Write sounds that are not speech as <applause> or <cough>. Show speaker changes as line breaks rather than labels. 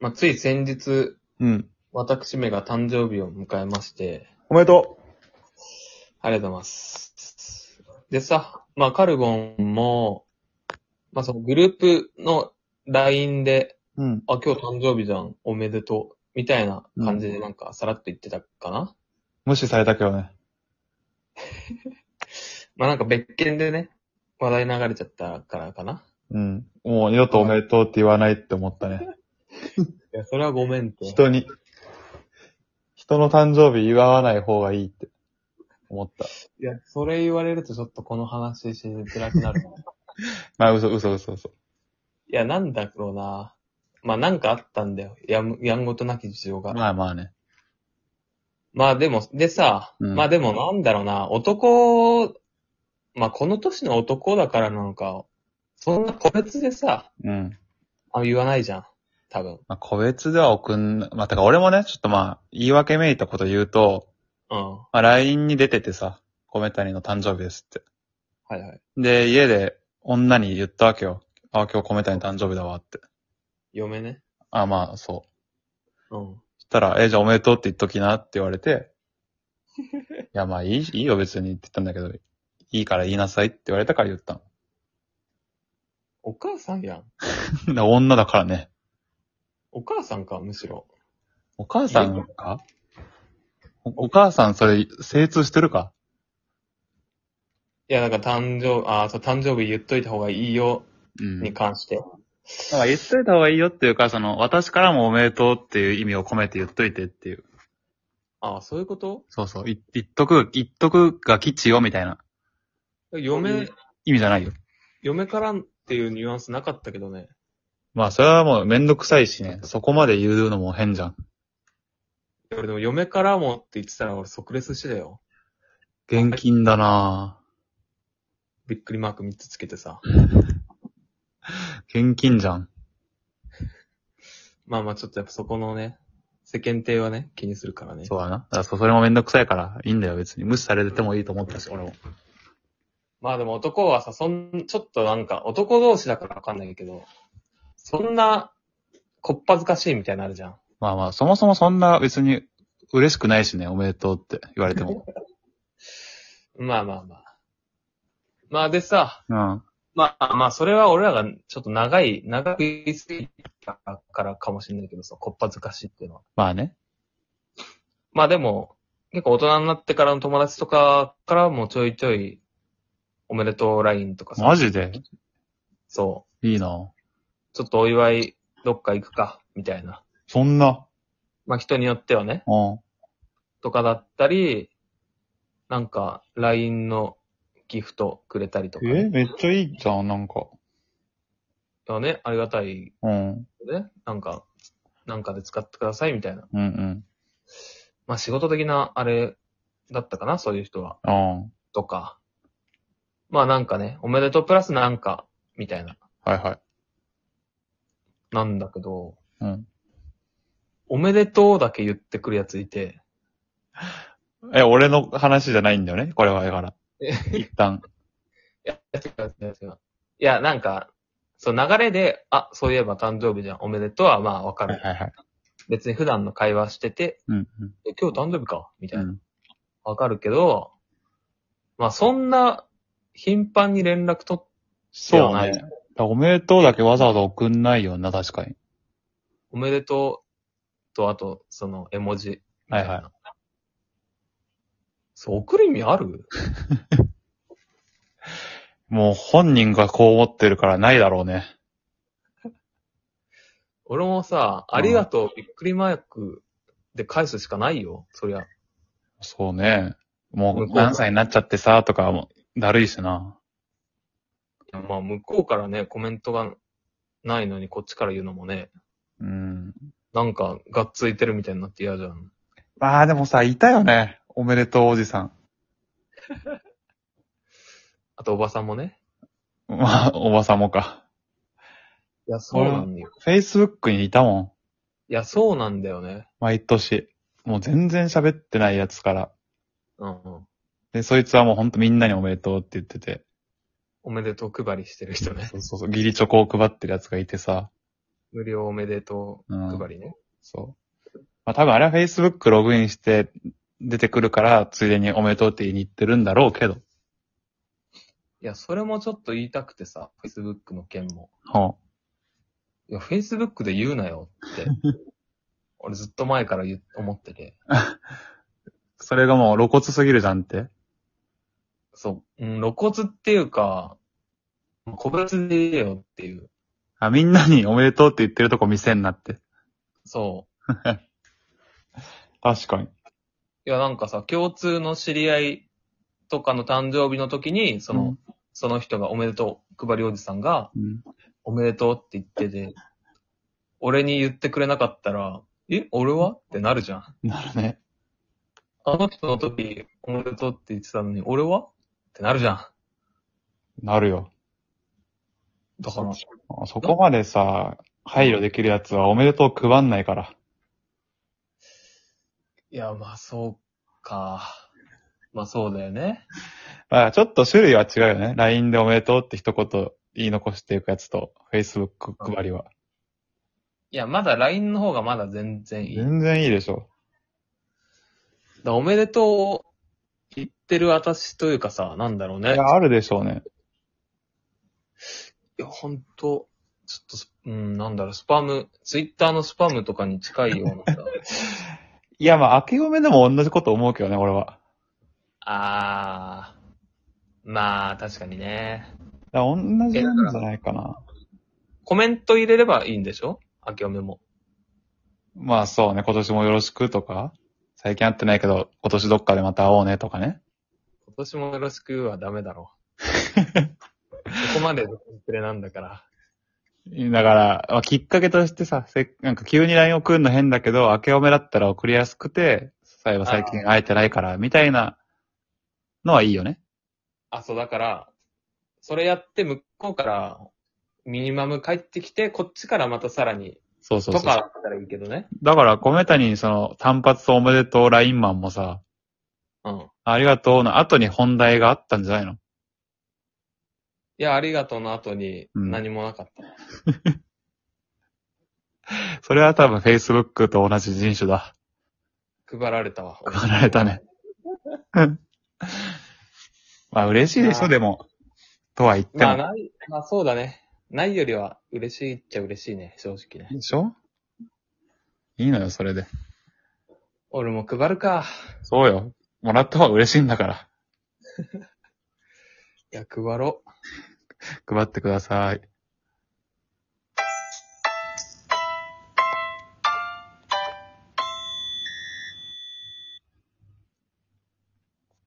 まあ、つい先日、
うん。
私めが誕生日を迎えまして、
おめでと
ありがとうございます。でさ、まあ、カルゴンも、まあ、そのグループの LINE で、
う。うん。
あ、今日誕生日じゃん、おめでとう、みたいな感じでなんかさらっと言ってたかな、
無視されたけどね。
まあ、なんか別件でね、話題流れちゃったからかな
うん。もう二度とおめでとうって言わないって思ったね。
いや、それはごめんって。
人に。人の誕生日祝わない方がいいって思った。
いや、それ言われるとちょっとこの話しづらくなるな。
まあ嘘嘘嘘嘘。
いや、なんだろうな。まあ、なんかあったんだよ。やむ、やんごとなき事情が。
まあまあね。
まあでも、でさ、
うん
まあでもなんだろうな、男、まあこの年の男だからなのか、そんな個別でさ、
うん。
あ言わないじゃん。多分。
まあ個別では送んな、まあだから俺もね、ちょっとまあ言い訳めいたこと言うと、
うん。は
まあ LINE に出ててさ、コメタニの誕生日ですって。
いはい。
で、家で女に言ったわけよ。あ、今日コメタニ誕生日だわって。
嫁ね。
あ、まあそう。
うん。
そしたら、え、じゃあおめでとうって言っときなって言われ <laughs> て、いや、まあいい、いいよ別にって言ったんだけど、いいから言いなさいって言われたから言った
お母さんやん。
の。 <laughs> だ女だからね。
お母さんか、むしろ。
お母さんかおお母さんそれ、精通してるか
いや、だから誕生、あそう、誕生日言っといた方がいいよ、
うん。
に関して。
なんか言っといた方がいいよっていうか、その、私からもおめでとうっていう意味を込めて言っといてっていう。
ああ、そういうこと
そうそう。い言っとく、言っとくが吉よみたいな
嫁、
意味じゃないよ。
嫁からっていうニュアンスなかったけどね。
まあそれはもうめんどくさいしね、そこまで言うのも変じゃん。
俺でも嫁からもって言ってたら俺即レスしてたよ。
現金だなぁ。
びっくりマーク3つつけてさ。
現金じゃん。
まあまあちょっとやっぱそこのね、世間体はね、気にするからね。
そうだな。だからそそれもめんどくさいから、いいんだよ別に。無視されててもいいと思ったし、俺も。
まあでも男はさ、そん、ちょっとなんか男同士だからわかんないけど、そんな、こっぱずかしいみたいになるじゃん。
まあまあ、そもそもそんな別に嬉しくないしね、おめでとうって言われて <laughs> も。
まあまあまあ。まあでさ、
うん。
まあまあそれは俺らがちょっと長い、長く言い過ぎたからかもしれないけどさ、こっぱずかしいっていうのは。
まあね。
まあでも、結構大人になってからの友達とかからもちょいちょい、おめでとうラインとかさ。
マジで
そう。
いいな
ちょっとお祝いどっか行くか、みたいな。
そんな。
まあ人によってはね、
うん。
とかだったり、なんか LINE のギフトくれたりとか、
え
ね。
めっちゃいいじゃん、なんか。
だからね、ありがたい
うん。
よね。なんか、なんかで使ってくださいみたいな。
うんうん。
まあ仕事的なあれだったかな、そういう人は。
うん。
とか。まあなんかね、おめでとうプラスなんか、みたいな。
はいはい。
なんだけど、
うん。
おめでとうだけ言ってくるやついて、
え、俺の話じゃないんだよね、これは、だから。一旦。
違う違う違う。いや、なんか、そう、流れで、あ、そういえば誕生日じゃん、おめでとうはまあわか
はい
る。
はいはい。
別に普段の会話してて、
うん
え今日誕生日かみた
う
い
ん。う
な。
ん。
わかるけど、まあそんな、頻繁に連絡取っ、
そう
な
ね。
い
だからおめでとうだけわざわざ送んないよな、確かに。
おめでとうと、あと、その、絵文字みたいな。
はい
そう、送る意味ある
もう本人がこう思ってるからないだろうね。
俺もさ、ありがとう、びっくりマークで返すしかないよ、そりゃ。
そうね。も
向
う
こうが
何歳になっちゃってさ、とかも、だるいしな。
まあ向こうからね、コメントがないのにこっちから言うのもね、
うん。
なんか、がっついてるみたいになって嫌じゃん。
まあでもさ、いたよね。おめでとうおじさん。
あと、おばさんもね。
まあ、おばさんもか。
いや、そうなんだよ。
Facebook にいたもん。
いや、そうなんだよね。
毎年。もう全然喋ってないやつから。
うんうん。
で、そいつはもうほんとみんなにおめでとうって言ってて。
おめでとう配りしてる人ね。
そうそうそう、義理チョコを配ってるやつがいてさ。
無料おめでとう配りね。
そう。まあ多分あれは Facebook ログインして出てくるから、ついでにおめでとうって言いに行ってるんだろうけど。
いや、それもちょっと言いたくてさ、Facebook の件も。
ほ
いや、Facebook で言うなよ <laughs> って。俺ずっと前から言う思ってて。
う。それがもう露骨すぎるじゃんって。
そう、うん、露骨っていうか、個別で言えよっていう。
あ、みんなにおめでとうって言ってるとこ見せんなって。
そ
確かに。
う。いや、なんかさ、共通の知り合いとかの誕生日の時に、その、
うん
その人がおめでとう、配りおじさんが、
うん。
おめでとうって言ってて、俺に言ってくれなかったら、え、俺はってなるじゃん。
なるね。
あの人の時、おめでとうって言ってたのに、俺はってなるじゃん。
なるよ。
だから、
あそこまでさ、配慮できるやつはおめでとう配んないから。
いや、まあ、そうか。まあ、そうだよね。
まあちょっと種類は違うよね。LINE でおめでとうって一言言い残していくやつと、Facebook 配りは。
いや、まだ LINE の方がまだ全然いい。だか
全然いいでしょ。
らおめでとうを言ってる私というかさ、なんだろう
い
ね。い
や、あるでしょうね。
や、ほんと、ちょっとス、うん、なんだろう、スパム、ツイッターのスパムとかに近いようなさ。
いや、まあ、明けおめでも同じこと思うけどね、俺は。だか
<laughs> あー。まあ、確かにね。
ら同じなんじゃないかな。
コメント入れればいいんでしょ明けおめも。
まあ、そうね、今年もよろしくとか、最近会ってないけど、今年どっかでまた会おうねとかね。
今年もよろしくはダメだろ <laughs> う。そこまでのコンプレなんだから。
だから、まあ、きっかけとしてさ、せっなんか急に LINE 送るの変だけど、明けおめだったら送りやすくて、例えば最近会えてないから、みたいなのはいいよね。
あ、そう、だから、それやって向こうからミニマム帰ってきて、こっちからまたさらに、
そうそう
と
そう。
かだったらいいけどね。
だから、米谷にその、単発おめでとう LINE マンもさ、
うん。
ありがとうの後に本題があったんじゃないの
いや、ありがとうの後に
うん
何もなかった。
それは多分 Facebook と同じ人種だ。
配られたわ。
配られたね。 <laughs> まあ嬉しいでし
ま
ょ、
あ
でも。とは言って
まあ、
も。
ない、まあそうだね。ないよりは嬉しいっちゃ嬉しいね、正直ね。
でしょいいのよ、それで。
俺も配るか。
そうよ。もらった方が嬉しいんだから。
いや、配ろう。
配ってください。